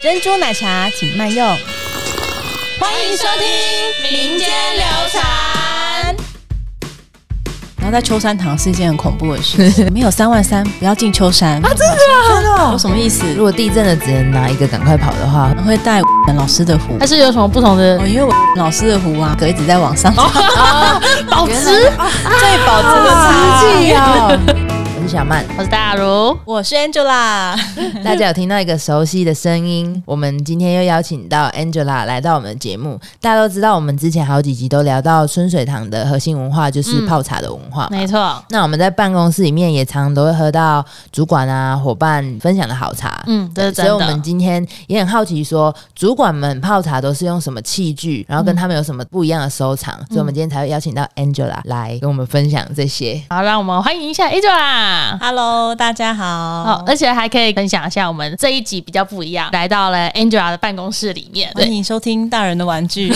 珍珠奶茶请慢用。欢迎收听民间流传。然后在秋山堂是一件很恐怖的 事，没有三万三不要进秋山啊！真的真的，有什么意思？如果地震了只能拿一个赶快跑的话，我会带我们老师的壶它，是有什么不同的哦，因为我们老师的壶啊，可一直在往 上，保值？最保值的差距哦啊！我是小 曼。我是大如， 我是 Angela，大家有听到一个熟悉的声音，我们今天又邀请到 Angela 来到我们的节目。大家都知道，我们之前好几集都聊到春水堂的核心文化嗯就是泡茶的文化嘛。没错，那我们在办公室里面也常常都会喝到主管啊、伙伴分享的好茶。嗯，这是所真以的。我们今天也很好奇说主管们泡茶都是用什么器具，然后嗯跟他们有什么不一样的收藏，所以我们今天才会邀请到 Angela 来跟我们分享这些。好，让我们欢迎一下 Angela。 ，Hello，大家好好，，而且还可以分享一下我们这一集比较不一样，来到了 Angela 的办公室里面，欢对，迎收听《大人的玩 具》。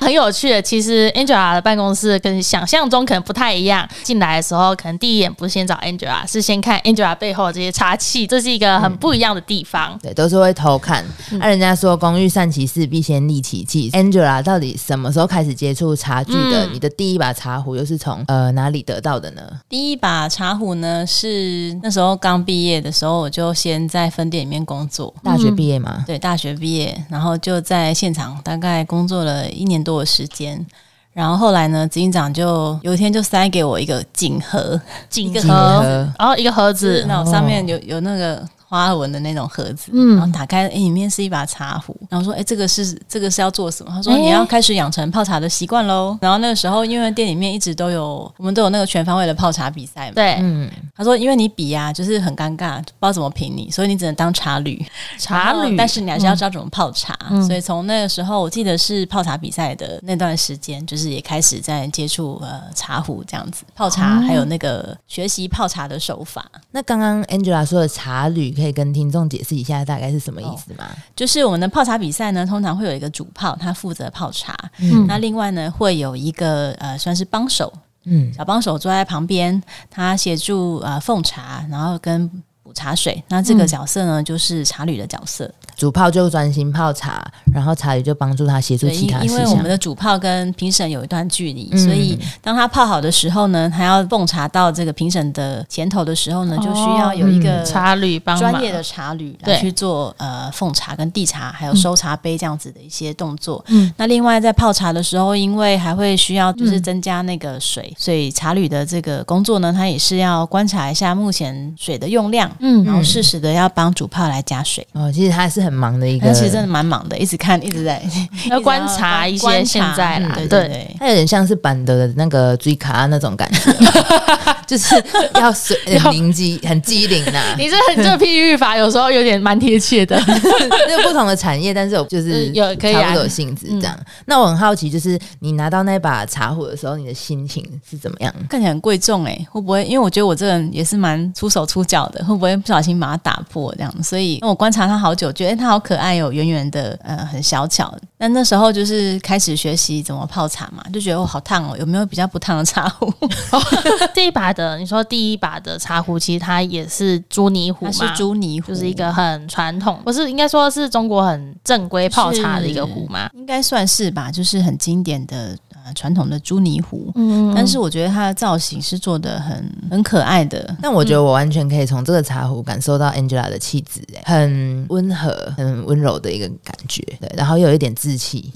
很有趣的。其实 Angela 的办公室跟想象中可能不太一样。进来的时候，可能第一眼不是先找 Angela，是先看 Angela 背后的这些茶器，这是一个很不一样的地方。对，都是会偷看。嗯那、人家说“工欲善其事，必先利其器 ”，Angela 到底什么时候开始接触茶具的？嗯你的第一把茶壶又是从呃哪里得到的呢？第一把茶壶呢，是那时候刚毕业的时候，我就先在分店里面工作。大学毕业吗？对，大学毕业，然后就在现场大概工作了一年多的时间。然后后来呢，执行长就有一天就塞给我一个锦盒，锦一个盒，盒然后一个盒就是子，那种上面有有那个花纹的那种盒子，嗯然后打开，哎，里面是一把茶壶，然后说，哎，这个是这个是要做什么？他说哎你要开始养成泡茶的习惯喽。然后那个时候，因为店里面一直都有，我们都有那个全方位的泡茶比赛嘛。对，嗯，他说，因为你比呀、就是很尴尬，不知道怎么评你，所以你只能当茶旅。茶然后旅，嗯但是你还是要知道怎么泡茶。所以从那个时候，我记得是泡茶比赛的那段时间，就是也开始在接触呃茶壶这样子泡哦茶，还有那个学习泡茶的手法。那刚刚 Angela 说的茶旅，可以跟听众解释一下大概是什么意思吗？就是我们的泡茶比赛呢，通常会有一个主泡，他负责泡茶，嗯那另外呢会有一个呃算是帮手，嗯，小帮手坐在旁边，他协助呃奉茶，然后跟。补茶水，那嗯这个角色呢，就是茶旅的角色。主泡就专心泡茶，然后茶旅就帮助他协助对，其因他事因为我项们。的主泡跟评审有一段距离，嗯所以当它泡好的时候呢，还要奉茶到这个评审的前头的时候呢，哦就需要有一个茶旅帮忙专业的茶旅来对去做呃奉茶跟递茶，还有收茶杯这样子的一些动作。嗯那另外在泡茶的时候，因为还会需要就是增加那个水，所以茶旅的这个工作呢，它也是要观察一下目前水的用量，嗯然后适时的要帮主泡来加水。哦，其实他是很忙的一个但，其实真的蛮忙的，一直看，一直在要观察一些现在啦，嗯对对对，对。他有点像是板德的那个追卡那种感觉， 就是要 随很灵机、很机灵啊 呐、你这这个譬喻法有时候有点蛮贴切的， 就不同的产业，但是有就是嗯有可以啊差不多的性质这样。那我很好奇，就是你拿到那把茶壶的时候，你的心情是怎么样？看起来很贵重哎、会不会？因为我觉得我这个人也是蛮出手出脚的，会不会不小心把它打破这样？所以那我观察它好久，觉得、诶它好可爱哦，圆圆的，呃，很小巧。那那时候就是开始学习怎么泡茶嘛，就觉得哦，好烫哦，有没有比较不烫的茶壶？ 这一把的你说第一把的茶壶，其实它也是朱泥壶它嘛，是朱泥壶，就是一个很传统，不是应该说是中国很正规泡茶的一个壶嘛。应该算是吧，就是很经典的呃传统的朱泥壶。嗯但是我觉得它的造型是做的很很可爱的，但我觉得我完全可以从这个茶壶感受到 Angela 的气质、欸，很温和、很温柔的一个感觉，对，然后又有一点志气。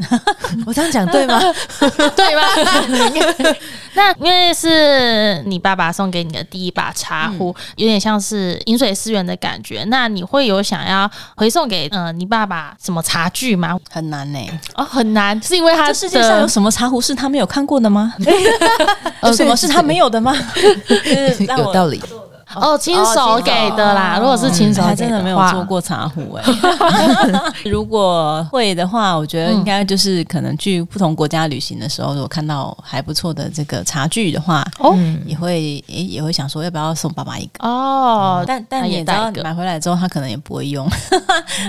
我这样讲对吗？对 吧？那因为是你爸爸送给你的第一把茶嗯壶，有点像是饮水思源的感觉。那你会有想要回送给呃你爸爸什么茶具吗？很难欸呢、哦，很难，是因为他这世界上有什么茶壶是他没有看过的 吗？有什么是他没有的吗？就是 让有我道理。哦，亲手给的啦。如果是亲手哦还给真的话，的没有做过茶壶 哎、如果会的话，我觉得应该就是可能去不同国家旅行的时候，如果看到还不错的这个茶具的话，哦。也会也也会想说要不要送爸爸一个。哦，但但他你也也知道带一，个买回来之后他可能也不会 用，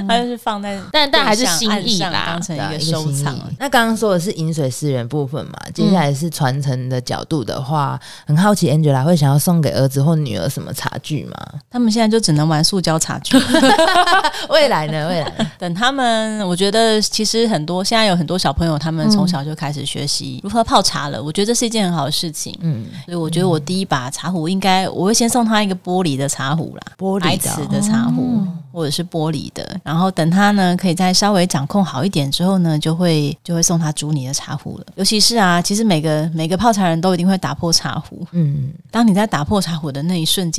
他就是放在但但还是心意案上啦当。成对啊一个心收意藏。那刚刚说的是饮水思源部分嘛，接下来是传承的角度的话，很好奇 Angela 会想要送给儿子或女儿什么么茶具吗？他们现在就只能玩塑胶茶具。未来呢？未来呢等他们，我觉得其实很多现在有很多小朋友，他们嗯从小就开始学习如何泡茶了。我觉得这是一件很好的事情。嗯，所以我觉得我第一把茶壶应该，我会先送他一个玻璃的茶壶啦，玻白璃瓷的哦的茶壶、或者是玻璃的。然后等他呢，可以再稍微掌控好一点之后呢，就会就会送他竹泥的茶壶了。尤其是啊，其实每个每个泡茶人都一定会打破茶壶。嗯，当你在打破茶壶的那一瞬间，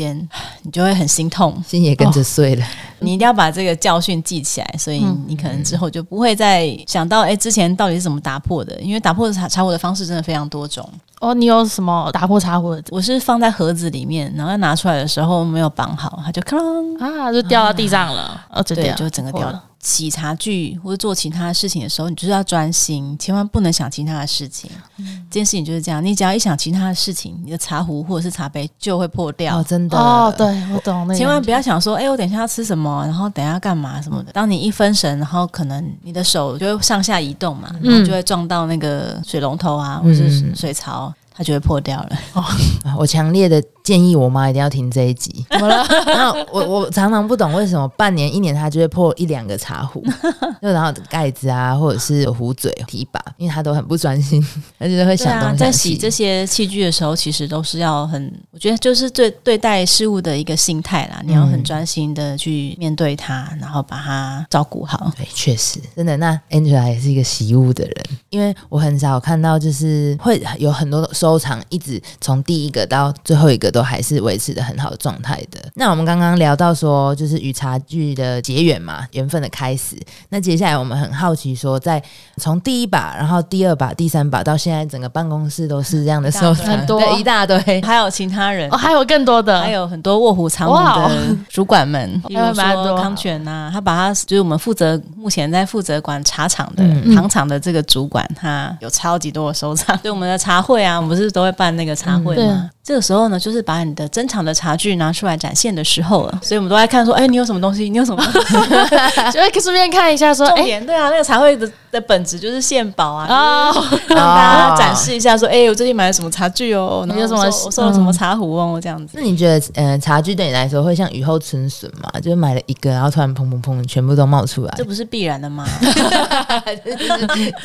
你就会很心痛。心也跟着碎了。你一定要把这个教训记起来，所以嗯你可能之后就不会再想到，哎、之前到底是怎么打破的？因为打破茶茶壶的方式真的非常多种。哦，你有什么打破茶壶的我是放在盒子里面，然后拿出来的时候没有绑好，它就咔啷，啊？就掉到地上了，哦，就对掉，，就整个破掉了了。洗茶具或者做其他事情的时候，你就是要专心，千万不能想其他的事情。这件事情就是这样，你只要一想其他的事情，你的茶壶或者是茶杯就会破掉。哦，真的哦，，对，我懂那个感觉，千万不要想说，哎、我等一下要吃什么，然后等一下干嘛什么的。当你一分神，然后可能你的手就会上下移动嘛，然后就会撞到那个水龙头啊，或者是水槽，它就会破掉 了。啊我强烈的建议我妈一定要听这一集。怎么了？然后我我常常不懂为什么半年一年她就会破一两个茶壶，就然后盖子啊，或者是壶嘴、提把，因为她都很不专心，而且对会想东啊，想西。在洗这些器具的时候，其实都是要很，我觉得就是对对待事物的一个心态啦，你要很专心的去面对它，然后把它照顾好。对，确实，真的。那 Angela 也是一个习物的人，因为我很少看到，就是会有很多收藏，一直从第一个到最后一个都还是维持的很好的状态的。那我们刚刚聊到说，就是与茶具的结缘嘛，缘分的开始。那接下来我们很好奇说，在从第一把，然后第二把、第三把，到现在整个办公室都是这样的收藏，很多对一大堆。还有其他人哦，。还有更多的，还有很多卧虎藏哇龙哦的主管 们，比如还有蛮多说康泉呐、他把他就是我们负责目前在负责管茶厂的、嗯糖厂的这个主管，他有超级多的收 藏。对我们的茶会啊，我们不是都会办那个茶会嗯对吗？啊这个时候呢，就是把你的珍藏的茶具拿出来展现的时候了，所以我们都在看说，哎、你有什么东西？你有 什么东西？就会顺便看一下说，重哎，点对啊，那个茶会的的本质就是献宝啊， 哦，让大家展示一下说，哎、我最近买了什么茶具哦，然你有什后么嗯我收我收了什么茶壶哦，这样子那。你觉得，呃，茶具对你来说会像雨后春笋吗？就是买了一个，然后突然砰砰砰，全部都冒出来这。不是必然的吗？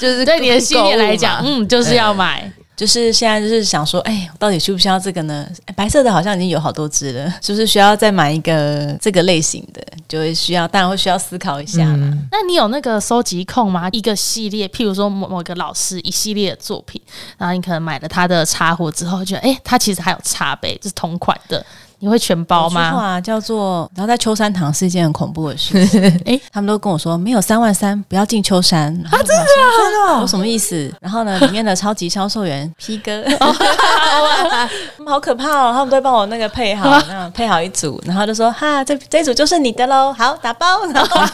就是对你的信念来讲，购物嘛嗯，就是要买，就是现在就是想说，哎、我到底需不需要这个呢？哎白色的好像已经有好多只了，是不是需要再买一个这个类型的？就会需要，当然会需要思考一下啦。嗯那你有那个收集控吗？一个系列，譬如说某某个老师一系列的作品，然后你可能买了他的茶壶之后，觉得哎、诶他其实还有茶杯，就是同款的，你会全包有句吗？话叫做，然后在秋山堂是一件很恐怖的事 情。哎他们都跟我说没有三万三不要进秋山 啊，真的真的，我啊什么意思？然后呢，里面的超级销售员 P 哥， 他们好可怕哦，他们都会帮我那个配 好，那样配好一组，然后就说哈，这这一组就是你的喽，好打包， 然后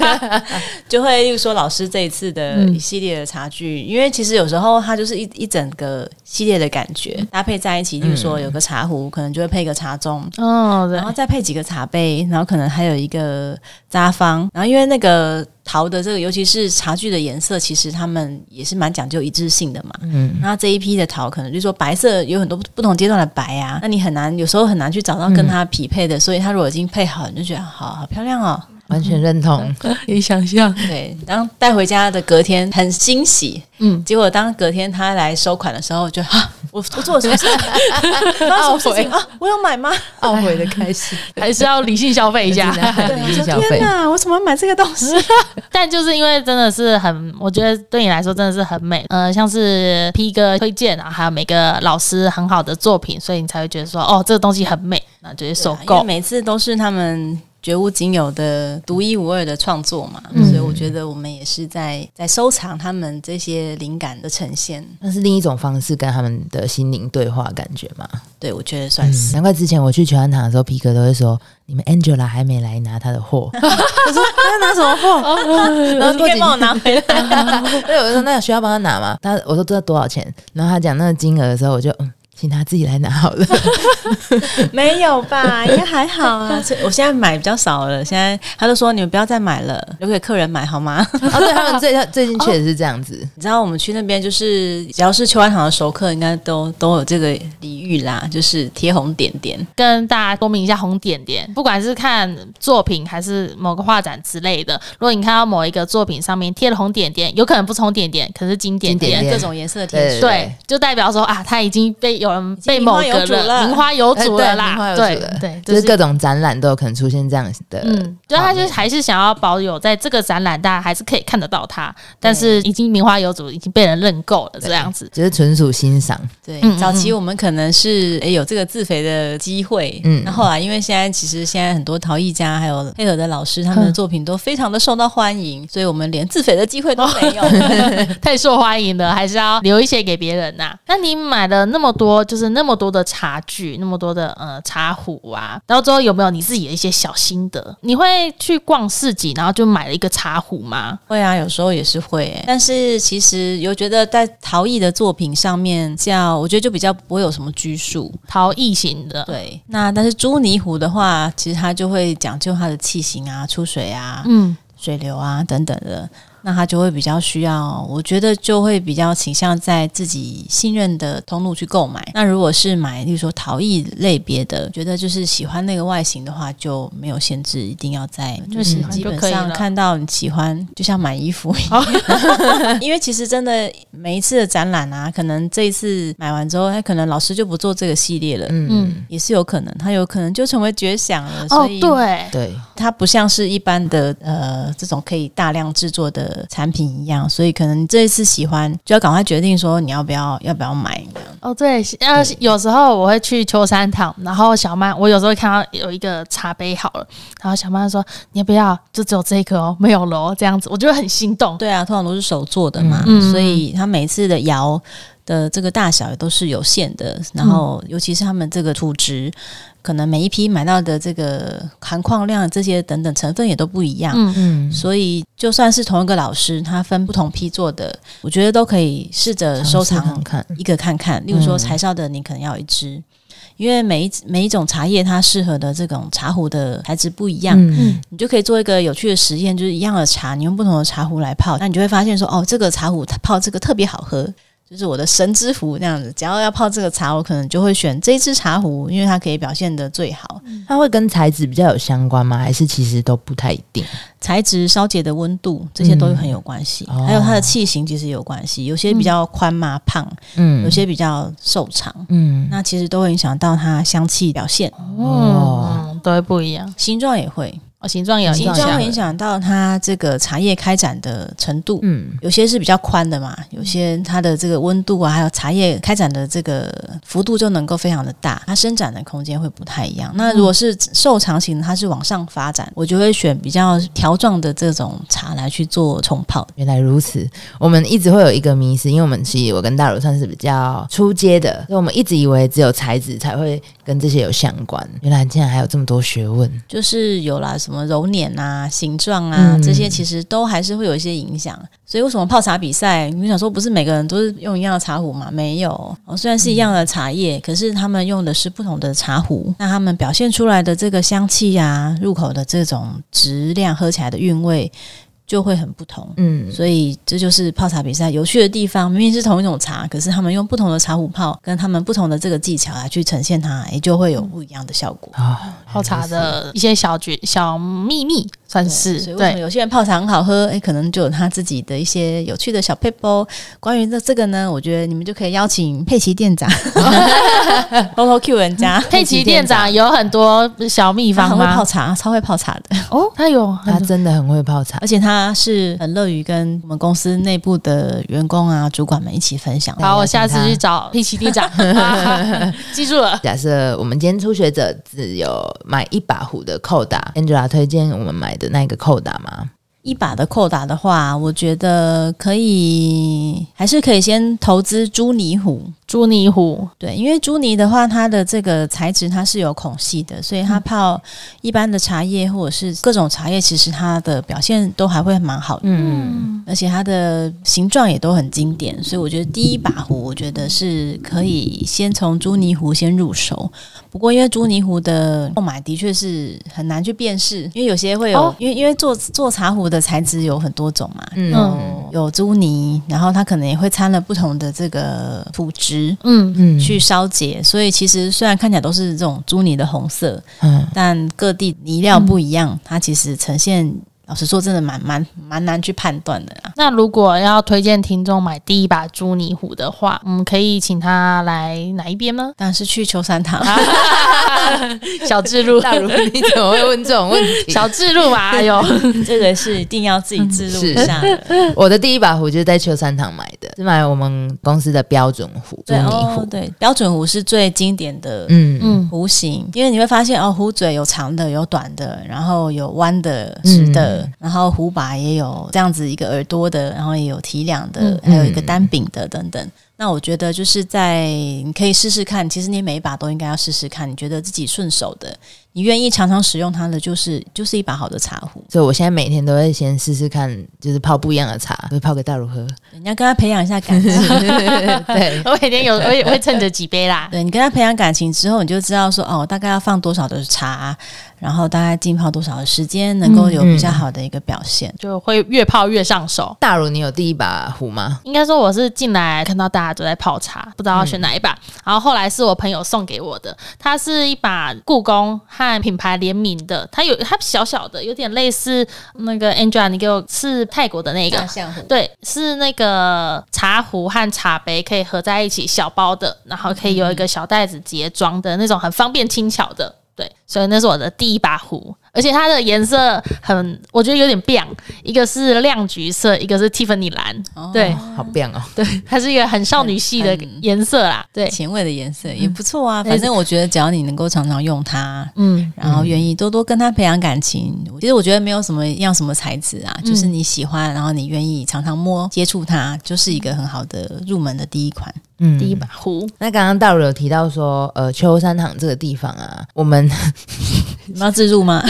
就会例如说老师这一次的一系列的茶具，因为其实有时候它就是一一整个系列的感觉搭配在一起，例如说有个茶壶，可能就会配个茶盅，嗯，对然后再配几个茶杯，然后可能还有一个扎方。然后因为那个陶的这个，尤其是茶具的颜色，其实他们也是蛮讲究一致性的嘛。嗯，那这一批的陶，可能就是说白色有很多不同阶段的白啊，那你很难有时候很难去找到跟它匹配的，所以它如果已经配好，你就觉得好好漂亮哦。完全认同。可以想象，对，然后带回家的隔天很惊喜，嗯，结果当隔天他来收款的时候就，啊，我我做了什么事？懊懊悔啊！我有买吗？懊悔的开始， 还是要理性消费一 下。对，理我说性消费天。哪，我怎么买这个东西？ 但就是因为真的是很，我觉得对你来说真的是很美，呃，像是 P 哥推荐啊，还有每个老师很好的作品，所以你才会觉得说，哦，这个东西很美，那就去对啊收因为购。每次都是他们绝无仅有的、独一无二的创作嘛，嗯所以我觉得我们也是在在收藏他们这些灵感的呈现。那是另一种方式跟他们的心灵对话，感觉嘛。对，我觉得算是。难怪之前我去球安堂的时候，皮哥都会说：“你们 Angela 还没来拿她的货。”我说：“她拿什么货？”然 后你过可几以帮我拿回来，对，我就说那需要帮他拿吗？他我说这多少钱？然后他讲那个金额的时候，我就嗯请他自己来拿好了。 没有 吧？应该还好啊。所以我现在买比较少了，现在他就说你们不要再买了，留给客人买好 吗？哦，对他们最最近确实是这样子，你知道我们去那边就是，只要是秋安行的熟客，应该都都有这个礼遇啦，就是贴红点点。跟大家说明一下红点点，不管是看作品还是某个画展之类的，如果你看到某一个作品上面贴了红点点，有可能不是红点点，可是金点金点点点。各种颜色的对贴对纸，对，就代表说啊，它已经被有人被已经某名花个有主了人名花有主了啦，对哎对名花有主了对，就是各种展览都有可能出现这样的。嗯，就他就是还是想要保有在这个展览，大家还是可以看得到它，但是已经名花有主，已经被人认购了这样子。就是纯属欣赏，对，嗯嗯早期我们可能是诶有这个自肥的机会，嗯嗯，那后来因为现在其实现在很多陶艺家还有配合的老师，他们的作品都非常的受到欢迎，所以我们连自肥的机会都没有。太受欢迎了，还是要留一些给别人呐、那你买了那么多，就是那么多的茶具，那么多的呃茶壶啊，然后之后有没有你自己的一些小心得？你会去逛市集，然后就买了一个茶壶吗？会啊，有时候也是会、欸，但是其实有觉得在陶艺的作品上面，叫我觉得就比较不会有什么拘束。陶艺型的，对，那但是朱泥壶的话，其实它就会讲究它的器型啊、出水啊、 嗯，水流啊等等的，那他就会比较需要，我觉得就会比较倾向在自己信任的通路去购买。那如果是买，例如说陶艺类别的，觉得就是喜欢那个外形的话，就没有限制，一定要在嗯就就是喜欢基就本可以上了看到你喜欢，就像买衣服一样。哦 因为其实真的每一次的展览啊，可能这一次买完之后，哎他可能老师就不做这个系列了。嗯，也是有可能，他有可能就成为绝响了。 所，哦以对，对，它不像是一般的呃这种可以大量制作的产品一样，所以可能这一次喜欢就要赶快决定说你要不要要不要买。哦，对，呃，有时候我会去秋山堂，然后小曼，我有时候会看到有一个茶杯好了，然后小曼说你要不要，就只有这一颗哦，没有了哦，这样子，我就会很心动。对啊，通常都是手做的嘛，嗯所以它每次的窑的这个大小也都是有限的，然后尤其是他们这个土质，可能每一批买到的这个含矿量这些等等成分也都不一样。嗯嗯，所以，就算是同一个老师，他分不同批做的，我觉得都可以试着收嗯尝试藏看看，一个看看。例如说嗯柴烧的，你可能要有一支，因为每一每一种茶叶它适合的这种茶壶的材质不一样，嗯，你就可以做一个有趣的实验，就是一样的茶，你用不同的茶壶来泡，那你就会发现说，哦，这个茶壶它泡这个特别好喝。就是我的神之壶那样子，只要要泡这个茶，我可能就会选这一支茶壶，因为它可以表现的最好。它会跟材质比较有相关吗？还是其实都不太一定？材质、烧结的温度，这些都很有关系。嗯哦还有它的器型其实也有关系，有些比较宽嘛、胖，嗯，有些比较瘦长，嗯，那其实都会影响到它香气表现，哦嗯，都会不一样，形状也会，哦，形状有形影形状状响会。影响到它这个茶叶开展的程度。嗯，有些是比较宽的嘛，有些它的这个温度啊，还有茶叶开展的这个幅度就能够非常的大，它伸展的空间会不太一样。那如果是瘦长型的，它是往上发展，我就会选比较条状的这种茶来去做冲泡。原来如此。我们一直会有一个迷思，因为我们其实我跟大鲁算是比较出街的，所以我们一直以为只有材质才会跟这些有相关。原来竟然还有这么多学问，就是有啦，什么揉捻啊、形状啊、嗯这些，其实都还是会有一些影响。所以为什么泡茶比赛，你想说不是每个人都是用一样的茶壶吗？没有，哦，虽然是一样的茶叶，可是他们用的是不同的茶嗯壶，那他们表现出来的这个香气啊、入口的这种质量、喝起来的韵味就会很不同。嗯，所以这就是泡茶比赛有趣的地方。明明是同一种茶，可是他们用不同的茶壶泡，跟他们不同的这个技巧来去呈现它，也就会有不一样的效果。哦，泡茶的一些小诀、小秘密，算是所以为什么对，有些人泡茶很好喝？哎，可能就有他自己的一些有趣的小 p a p e 关于这这个呢，我觉得你们就可以邀请佩奇店 长，偷偷 Q 人家。佩奇店长有很多小秘他方很会泡吗？茶，超会泡茶的，哦，他有很他多，真的很会泡茶，而且他是很乐于跟我们公司内部的员工啊、主管们一起分享。好，我下次去找佩奇店 长，记住了。假设我们今天初学者只有买一把壶的扣打，Angela 推荐我们买的那个扣打吗？一把的扣打的话，我觉得可以，还是可以先投资朱泥壶。朱泥壶，对，因为朱泥的话，它的这个材质它是有孔隙的，所以嗯它泡一般的茶叶或者是各种茶叶，其实它的表现都还会蛮好的，嗯，而且它的形状也都很经典，所以我觉得第一把壶，我觉得是可以先从朱泥壶先入手。不过因为朱泥壶的购买的确是很难去辨识，因为有些会有，哦因为因为做做茶壶的材质有很多种嘛，嗯有有朱泥，然后它可能也会掺了不同的这个土质，嗯，嗯去烧结，所以其实虽然看起来都是这种朱泥的红色，嗯但各地泥料不一样，它其实呈现，老实说，真的蛮蛮蛮难去判断的啦。？那如果要推荐听众买第一把朱泥壶的话，嗯，可以请他来哪一边呢 但是去秋山堂，啊小智 路，大如，你怎么会问这种问题？小智路吧，哎呦， 这个是一定要自己自录嗯是一下的。我的第一把壶就是在秋山堂买的，是买我们公司的标准壶，朱对泥哦壶，。对，标准壶是最经典的嗯嗯，嗯，弧形，因为你会发现哦，壶嘴有长的，有短的，然后有弯的、直的，嗯然后壶把也有这样子一个耳朵的，然后也有提两的，嗯还有一个单柄的等等。那我觉得就是在你可以试试看，其实你每一把都应该要试试看，你觉得自己顺手的，你愿意常常使用它的，就是就是一把好的茶壶。所以我现在每天都会先试试看，就是泡不一样的茶，会泡给大如喝。人家跟他培养一下感情， 对，我每天有，我也会趁着几杯啦。 对你跟他培养感情之后，你就知道说哦，大概要放多少的茶，然后大概浸泡多少的时间，能够嗯有比较好的一个表现。就会越泡越上手。大如，你有第一把壶吗？应该说我是进来看到大家都在泡茶，不知道要选哪一把。然后后来是我朋友送给我的，它是一把故宫和品牌联名的，它有它小小的，有点类似那个 Angela，你给我是泰国的那个。象壶对，是那个茶壶和茶杯可以合在一起，小包的，然后可以有一个小袋子结装的那种，很方便轻巧的。对，所以那是我的第一把壶，而且它的颜色很，我觉得有点变，一个是亮橘色，一个是 Tiffany 蓝，哦对，好棒哦！它是一个很少女系 的颜色啦。对，前卫的颜色也不错啊。反正我觉得，只要你能够常常用它，嗯，然后愿意多多跟它培养感情，其实我觉得没有什么要什么材质嗯啊，就是你喜欢，然后你愿意常常摸接触它，就是一个很好的入门的第一款。嗯，第一把壶，那刚刚大如有提到说，呃，秋山堂这个地方啊，我们 你们要自入吗？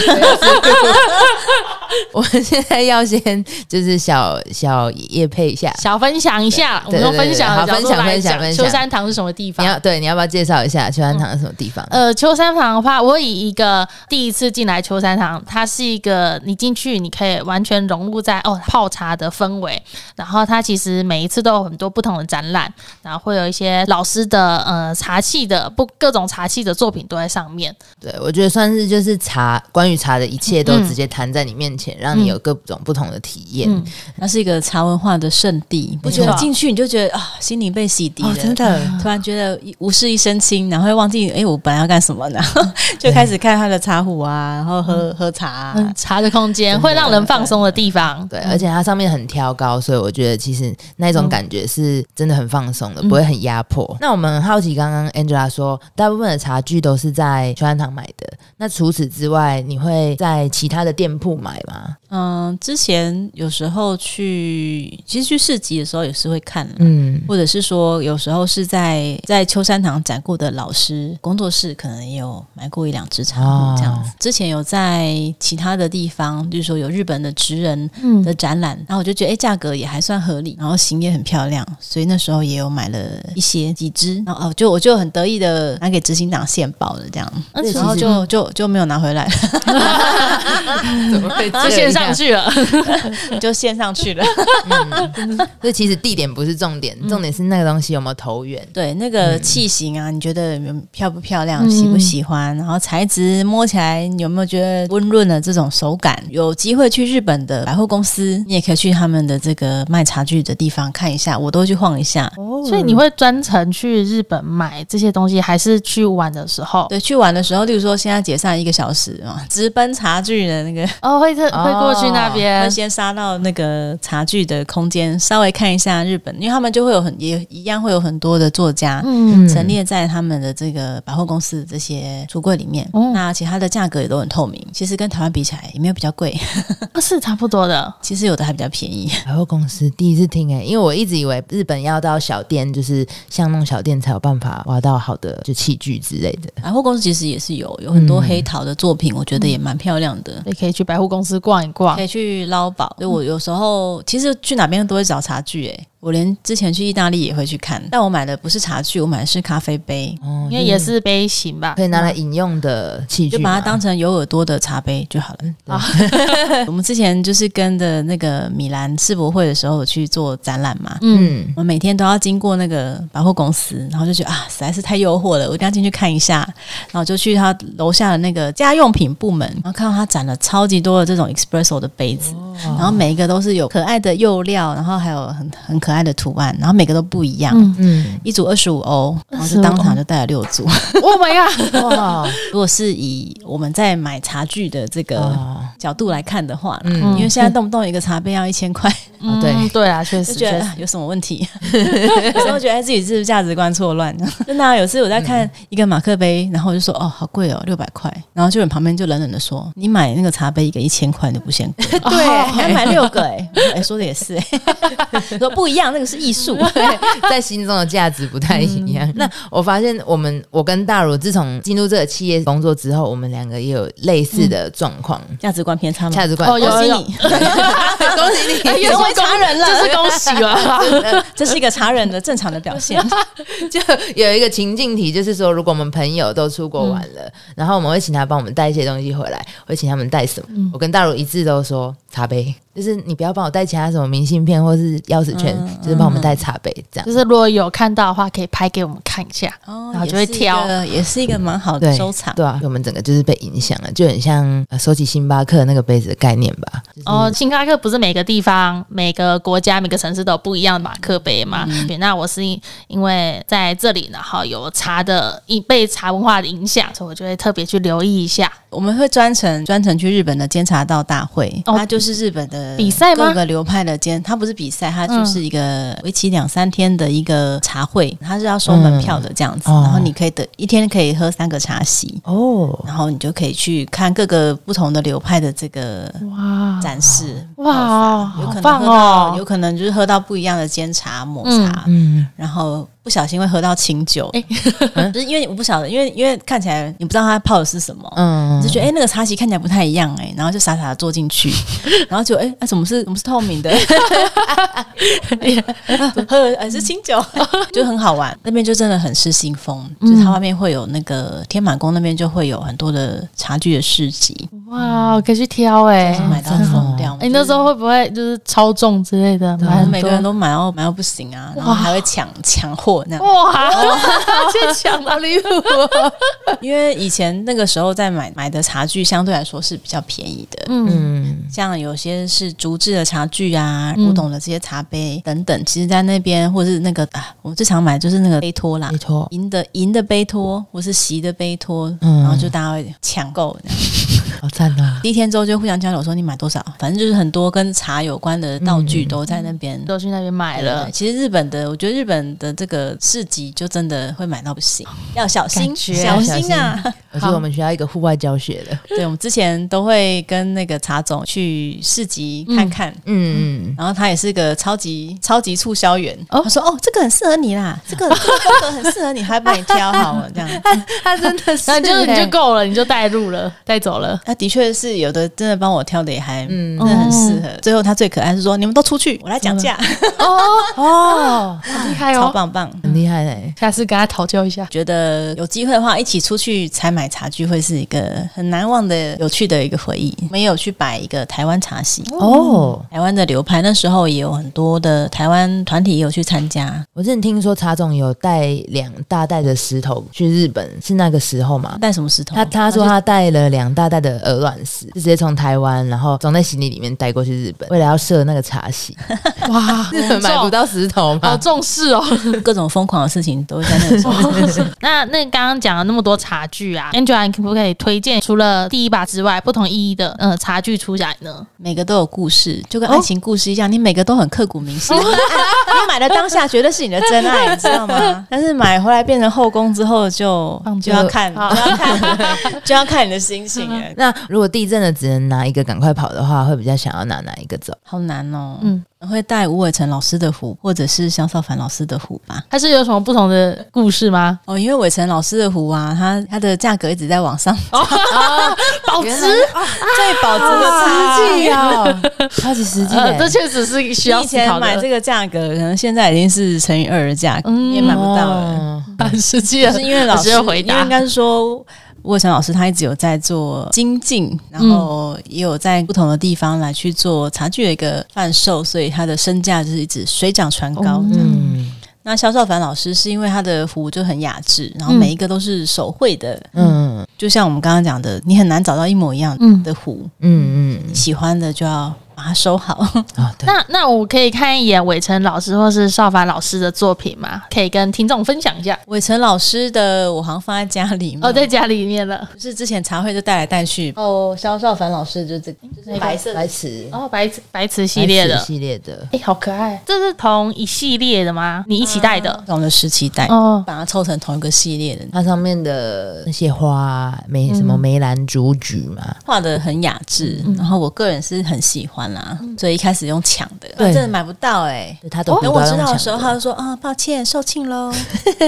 我们现在要先就是小小夜配一下，小分享一下，我对们都对对分享的好角度分享来分享讲分享秋山堂是什么地你方？要对你要不要介绍一下秋山堂是什么地方？啊呃，秋山堂的话，我以一个第一次进来秋山堂，它是一个你进去，你可以完全融入在哦泡茶的氛围。然后它其实每一次都有很多不同的展览，然后会有一些老师的呃茶器的不各种茶器的作品都在上面。对，我觉得算是就是茶，关于茶的一切都直接摊在你面前，让你有各种不同的体验。嗯它是一个茶文化的圣地，不觉没得错哦进去你就觉得啊，心灵被洗涤了，哦的，突然觉得一无事一身轻，然后会忘记哎，我本来要干什么呢？ 就开始看它的茶壶啊，然后喝喝茶啊、嗯，茶的空间会让人放松的地方。对，而且它上面很挑高，所以我觉得其实那种感觉是真的很放松的，不会很压迫。那我们很好奇，刚刚 Angela 说，大部分的茶具都是在秋山堂买的，那除此之外，你会在其他的店铺买吗？嗯，之前有时候去，其实去市集的时候也是会看的。 嗯，或者是说，有时候是在在秋山堂展过的老师工作室，可能也有买过一两只茶啊壶这样子。之前有在其他的地方，比如说有日本的职人嗯的展览，然后我就觉得哎，价格也还算合理，然后型也很漂亮，所以那时候也有买了一些几只，然后哦，就我就很得意的拿给执行长献报了这样，那对其然后实就就就没有拿回来，怎么会这就样线上？去了， 就献上去了。 所以其实地点不是重点，重点是那个东西有没有投缘。对，那个器型啊，你觉得有没有漂不漂亮，嗯喜不喜欢？然后材质摸起来你有没有觉得温润的这种手感？有机会去日本的百货公司，你也可以去他们的这个卖茶具的地方看一下，我都去晃一下。所以你会专程去日本买这些东西，还是去玩的时候？对，去玩的时候，例如说现在解散一个个小时嘛，直奔茶具的那个哦，会特哦会过去那边会，先杀到那个茶具的空间，稍微看一下日本，因为他们就会有很也一样会有很多的作家。嗯，陈列在他们的这个百货公司的这些橱柜里面，哦那其他的价格也都很透明。其实跟台湾比起来，也没有比较贵， 是差不多的。其实有的还比较便 宜。百货公司第一次听哎、因为我一直以为日本要到小店，就是像那种小店才有办法挖到好的就器具之类的。百货公司其实也是有有很多嗯黑桃的作品，我觉得也蛮漂亮的。也可以去百货公司逛一逛可。以去捞宝。所以我有时候其实去哪边都会找茶具、欸，我连之前去意大利也会去看，但我买的不是茶具，我买的是咖啡杯，哦因为也是杯型吧，可以拿来饮用的器具就嘛，把它当成有耳朵的茶杯就好了。啊 我们之前就是跟着那个米兰世博会的时候有去做展览嘛。嗯，嗯，我每天都要经过那个百货公司，然后就觉得啊，实在是太诱惑了，我一定要进去看一下。然后就去他楼下的那个家用品部门，然后看到他展了超级多的这种 espresso 的杯子，哦然后每一个都是有可爱的釉料，然后还有很很可爱的图案，然后每个都不一样。嗯嗯，一组二十五欧，然后就25当场就带了六 组。 Oh my god！哇，如果是以我们在买茶具的这个哦角度来看的话啦，嗯因为现在动不动一个茶杯要一千块，嗯对对啊，确就实觉确得实啊有什么问题？ 有时候觉得哎自己是不是价值观错乱？真的啊、有次我在看一个马克杯，然后我就说哦，好贵哦，六百块。然后就有人旁边就冷冷的说，你买那个茶杯一个一千块你都不嫌贵，对你还买六个哎、哎、说的也是 哎、说不一样，那个是艺术。对， 在心中的价值不太一样。嗯那我发现，我们我跟大如自从进入这个企业工作之后，我们两个也有类似的状况， 价值观偏差吗？价值观。哦有恭喜有你，恭喜你！ 成为茶人了，这是恭喜 了。这是一个茶人的正常的表现。就 有一个情境题，就是说，如果我们朋友都出国玩了，然后我们会请他帮我们带一些东西回来，会请他们带什么？我跟大如一致都说茶杯，就是你不要帮我带其他什么明信片或是钥匙圈，就是帮我们带茶杯这样就。是如果有看到的话，可以拍给我们看一下。哦然后就会挑，也是一个蛮好的对，收藏。对啊，我们整个就是被影响了，就很像呃收集星巴克那个杯子的概念吧。哦，星巴克不是每个地方、每个国家、每个城市都有不一样的马克杯嘛？嗯对，那我是因因为在这里，然后有茶的一被茶文化的影响，所以我就会特别去留意一下。我们会专程专程去日本的监察道大会，哦它就是日本的比赛吗各个流派的监，它不是比赛，它就是一个为期两三天的一个茶会，它是要收门票的这样子，嗯哦然后你可以得一天可以喝三个茶席。哦，然后你就可以去看各个不同的流派的这个哇展示，哇，有好可能棒喝到，哦！有可能就是喝到不一样的煎茶、抹茶，嗯，然后不小心会喝到清酒， 就是因为我不晓得，因为因为看起来你不知道它泡的是什么，嗯你就觉得哎、诶那个茶席看起来不太一样哎、诶然后就傻傻的坐进去， 然后就哎、诶啊怎么是怎么是透明的， 喝了呃是清酒， 就很好玩。那边就真的很失心疯，就是嗯它外面会有那个天满宫那边就会有很多的茶具的市集，哇，我可以去挑哎、就是买到真的哦疯掉。哎、那时候会不会就是超重之类的？我买们很每个人多都买到买到不行啊，然后还会抢抢货那样。 哇，啊去抢到礼物，因为以前那个时候在买买的茶具，相对来说是比较便宜的，嗯，嗯，像有些是竹制的茶具啊、嗯古董的这些茶杯等等。其实，在那边或是那个啊，我们最常买就是那个杯托啦没，错，银的银的杯托或是席的杯托，嗯然后就大家会抢购。这样好赞啊！第一天之后就互相交流说你买多少，反正就是很多跟茶有关的道具都在那边。 都去那边嗯买对了对。其实日本的，我觉得日本的这个市集就真的会买到不行，要小心，感觉小心啊！我觉得我们学校一个户外教学的， 对，我们之前都会跟那个茶总去市集看看，嗯，然后他也是个超级超级促销员。哦他说：“哦，这个很适合你啦，这个这个风格很适合你，还帮你挑好了。” 这样，他真的是然后你就你就欸够了，你就带入了，带走 了。他的确是有的，真的帮我挑的也还。嗯嗯真的很适合。最后他最可爱是说：“你们都出去，我来讲价，哦 哦，好厉哎害超哦！棒棒。很厉害欸嘞，下次跟他讨教 一下”。觉得有机会的话，一起出去采买茶具会是一个很难忘的、有趣的一个回忆。我们也有去摆一个台湾茶席，哦，台湾的流派，那时候也有很多的台湾团体也有去参加，我之前听说查总有带两大袋的石头去日本，是那个时候吗？嗯带什么石头？啊他他说他带了两大袋的的鹅卵石，就直接从台湾，然后装在行李里面带过去日本，为了要设那个 茶席。哇，日本买不到石头好吗？重视 哦。各种疯狂的事情都会在那里发生。那那刚刚讲了那么多茶具啊，Angela，你可不可以推荐除了第一把之外不同意义的呃茶具出来呢？每个都有故事，就跟爱情故事一样，你每个都很刻骨铭哦心。 你买的当下绝对是你的真爱，你知道 吗？但是买回来变成后宫之后就，放就着要看，就好嗯要看， 就要看你的心情了。 那如果地震了，只能拿一个赶快跑的话，会比较想要拿哪一个走？好难哦，嗯嗯，会带吴伟成老师的壶，或者是萧少凡老师的壶吧。还是有什么不同的故事吗？哦，因为伟成老师的壶啊，它它的价格一直在往上，保原值来。最保值的啊差距。际哦，超级实际呃，耶。这确实是需要你以思前考的，买这个价格，可能现在已经是乘以二的价格，嗯你也买不到欸了。哦很实际 的就，是因为老我师直接回答因为应该是说。沃成老师他一直有在做精进，然后也有在不同的地方来去做茶具的一个贩售，所以他的身价就是一直水涨船高。哦嗯那萧少凡老师是因为他的壶就很雅致，然后嗯每一个都是手绘的，嗯就像我们刚刚讲的，你很难找到一模一样嗯的壶，嗯嗯，喜欢的就要把它收好。 哦 对，那那我可以看一眼伟成老师或是少凡老师的作品吗？可以跟听众分享一下。伟成老师的我好像放在家里面，哦，在家里面了。就是之前茶会就带来带去。哦，萧少凡老师就这个，就是白色白瓷哦，白瓷白瓷系列的嗯白瓷，系列的，哎、好可爱！这是同一系列的吗？你一起带的？不同的时期带，哦，把它凑成同一个系列的，它上面的那些花，梅什么梅兰竹菊嘛，画的很雅致。然后我个人是很喜欢啦，所以一开始用抢的，对啊真的买不到哎、它哦都等不我要知道用的抢时候，他的。就说啊，抱歉，售罄喽。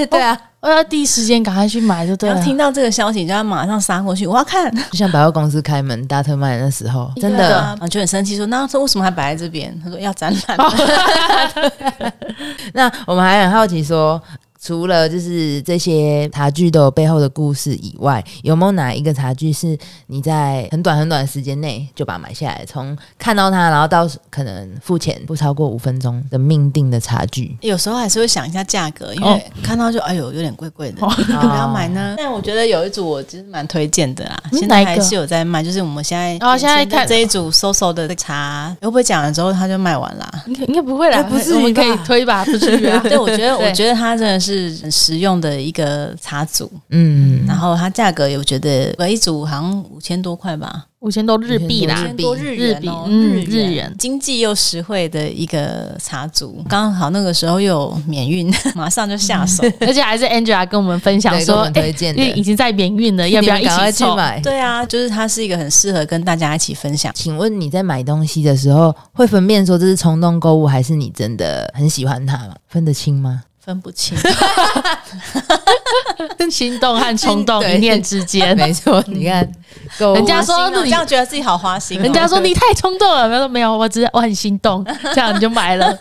对啊，我要第一时间赶快去买就对啊然了后。听到这个消息，你就要马上杀过去，我要看。就像百货公司开门大特卖的那时候，真对的啊，然后就很生气说，那说为什么还摆在这边？他说要展 览。那我们还很好奇说。除了就是这些茶具都有背后的故事以外，有没有哪一个茶具是你在很短很短的时间内就把它买下来，从看到它，然后到可能付钱不超过五分钟的命定的茶具？有时候还是会想一下价格，因哦为看到就哎呦有点贵贵的，要 不要买呢？但我觉得有一组我其实蛮推荐的啦，嗯现哪在一个还是有在卖，就是我们现在哦现在看这一组搜搜的茶，会不会讲了之后它就卖完啦？应该应该不会啦，哎不至于我们可以吧推一把出去啊。 对，我觉得对我觉得它真的是很实用的一个茶组，嗯，然后它价格也我觉得呃一组好像五千多块吧，五千多日币五五啦千，千多日日元元哦哦，嗯日日元元，经济又实惠的一个茶组，刚好那个时候又有免运， 马上就下手。而且还是 Angela 跟我们分享对跟说，我们哎、推荐因的为已经在免运了，要不要你一们赶快起去凑？买？对啊，就是它是一个很适合跟大家一起分享。请问你在买东西的时候会分辨说这是冲动购物还是你真的很喜欢它吗？分得清吗？分不清，心动和冲动对一念之间。没错，你 看，购物人家说花心哦那你这样觉得自己好花心哦， 人家说你太冲动了，他说没有，我只是我很心 动，这样你就买了，，你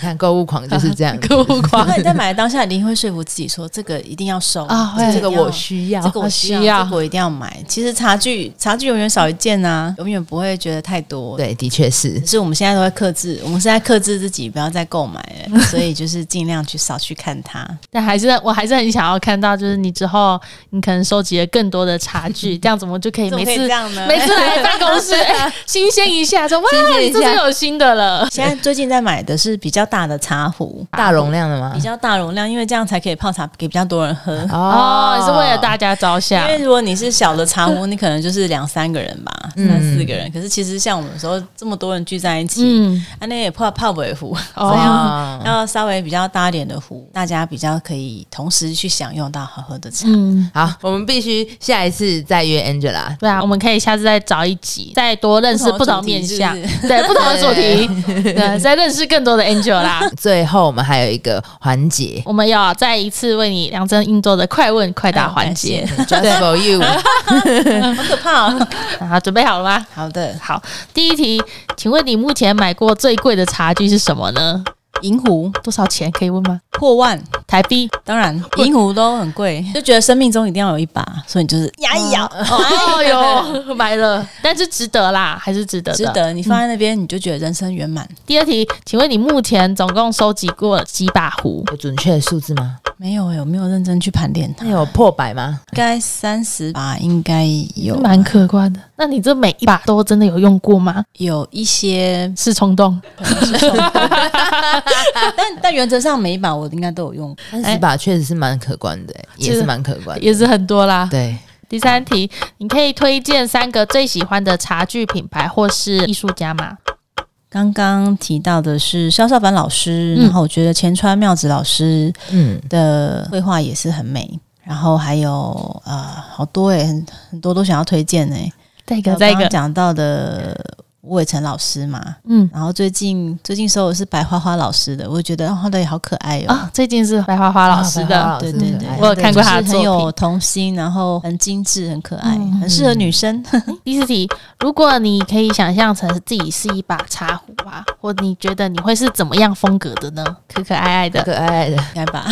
看购物狂就是这样购物狂那你在买的当下，你一定会说服自己说这个一定要收啊会这个我需需要这。个我我需需要，要这个我一定要买。其实茶具茶具永远少一件啊，永远不会觉得太多。对，的确是只。是我们现在都在克制，我们是在克制自己不要再购买 了，所以就是尽量去少去看它。但还是我还是很想要看到，就是你之后你可能收集了更多的茶 具，这样子我们就可以怎每么可以次这样呢每次来办公室、哎新鲜一下，说哇，鲜你一这下次有新的了。 现在最近在买的是比较大的茶壶，大容量的 吗比？较大容量，因为这样才可以泡茶给比较多人喝。哦，你是为了大家着因想，为如果你是小的茶壶，你可能就是两三个人吧，嗯三四个人。可是其实像我们有时候这么多人聚在一起，嗯，啊，那也泡泡尾壶，哦，要稍微比较大一点的壶，大家比较可以同时去享用到好喝的 茶。嗯。好，我们必须下一次再约 Angela。对啊，我们可以下次再找一集，再多认识不不同的同主题面向，是不对不同的主 题，对，再认识更多的 Angel 啦。最后，我们还有一个环节 我们要再一次为你量身定做的快问快答环节， ，Just for you。好可怕、哦！然后准备好了吗？ 好的，好，第一题，请问你目前买过最贵的茶具是什么呢？银壶多少钱？可以问吗？破万，台币？当然银壶都很贵，就觉得生命中一定要有一把，所以你就是哎牙一 咬，哦哟，买了，但是值得啦，还是值得的。值。得。你放在那边，你就觉得人生圆满。第二题，请问你目前总共收集过几把壶？有准确的数字吗？没有哎、我没有认真去盘点它，那有破百吗？应该三十把应该有啊蛮可观的。那你这每一把都真的有用过吗？有一些是冲动， 但但原则上每一把我应该都有用。三十把确实哎是蛮可观的、其实也是蛮可观的。也是很多啦。对，第三题，你可以推荐三个最喜欢的茶具品牌或是艺术家吗？刚刚提到的是肖少凡老师，嗯然后我觉得前川妙子老师嗯，的绘画也是很美，然后还有呃好多诶、很很多都想要推荐诶、再一还个，有再一刚个刚，讲到的吴伟成老师嘛，嗯然后最近最近收的是白花花老师的，我觉得哦他的也好可爱哦。啊、最近是白花花老师的，哎啊对对对，我有看过他的就是很作品有童心，然后很精致，很可爱，嗯很适合女生。 第四题，如果你可以想象成自己是一把茶壶啊，或你觉得你会是怎么样风格的呢？可可爱爱的，可爱的，应该 吧，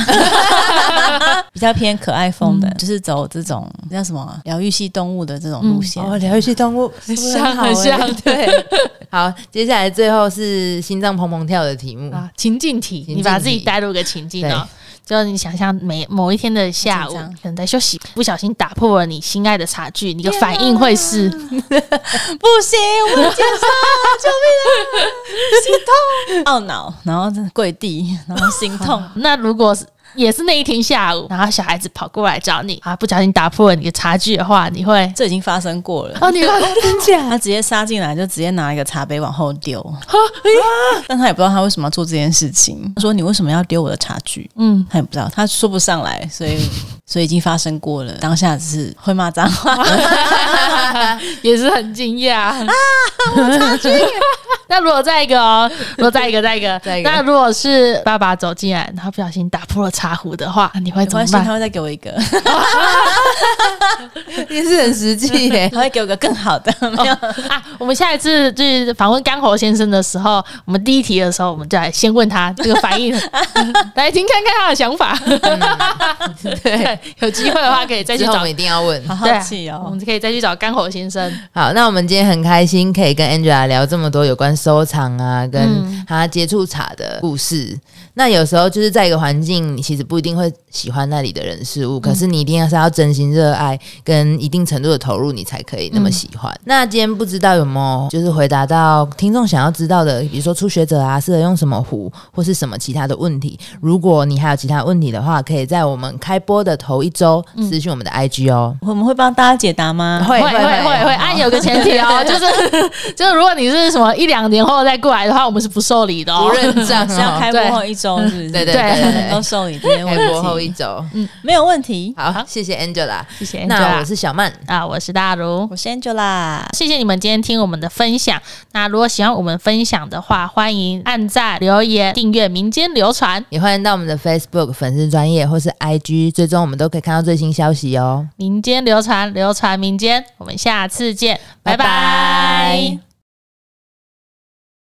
比较偏可爱风嗯的，就是走这种叫什么啊疗愈系动物的这种路线。哦，疗愈系动物很哎像很像对。 好，接下来最后是心脏砰砰跳的题目，啊，情境题，情你把境自己题带入个情境哦。就是你想象每某一天的下午，紧张可能在休息，不小心打破了你心爱的茶具，你的反应会是不行，我不接啊受，救命啊！心痛、懊恼，然后真的跪地，然后心 痛。那如果是也是那一天下午，然后小孩子跑过来找你啊，不小心打破了你的茶具的话，你会这已经发生过了。哦，你会真假？他直接杀进来，就直接拿一个茶杯往后 丢，哎啊但他也不知道他为什么要做这件事情。他说：“你为什么要丢我的茶具？”嗯，他也不知道，他说不上来，所 以所以已经发生过了。当下只是会骂脏 话，哎也是很惊讶啊，我茶具。 那如果再一个哦，如果再一个，再一个，再一个那如果是爸爸走进来，然后不小心打破了茶壶的话，你会 没怎么关系，他办？会再给 我一个， 也是很实际哎耶。他会给我个更好的。没有，啊，我们下一次就是访问干活先生的时候，我们第一题的时候，我们就来先问他这个反应，来听看看他的想法。 对，有机会的话可以 再去之后我找们一定要问。好对好啊奇我哦们。可以再去找干火先生。好，那我们今天很开心可以跟 Angela 聊这么多有关收藏啊，嗯跟她接触茶的故事。那有时候就是在一个环境，你其实不一定会喜欢那里的人事嗯物，可是你一定要是要真心热爱，跟一定程度的投入，你才可以那嗯么喜欢。那今天不知道有没有就是回答到听众想要知道的，比如说初学者啊，适合用什么壶或是什么其他的问题。如果你还有其他问题的话，可以在我们开播的头一周私讯我们的 IG 哦。我们会帮大家解答吗？会会嗯会会会，啊，有个前提 哦，就是就是，如果你是什么一两年后再过来的话，我们是不受理的不哦。认账、是要哦，开播后一周，是不是？对对对对 对都受理这些开播后问一题，周。 没有问题。好，谢谢 Angela。谢谢 Angela，那我是小曼，啊，我是大如。我是 Angela，谢谢你们今天听我们的分享。那如果喜欢我们分享的话，欢迎按赞、留言、订阅《民间流传》。也欢迎到我们的 Facebook 粉丝专业或是 IG，最终我们都可以看到最新消息哦。民间流传，流传民间。我们下次见，拜拜。拜拜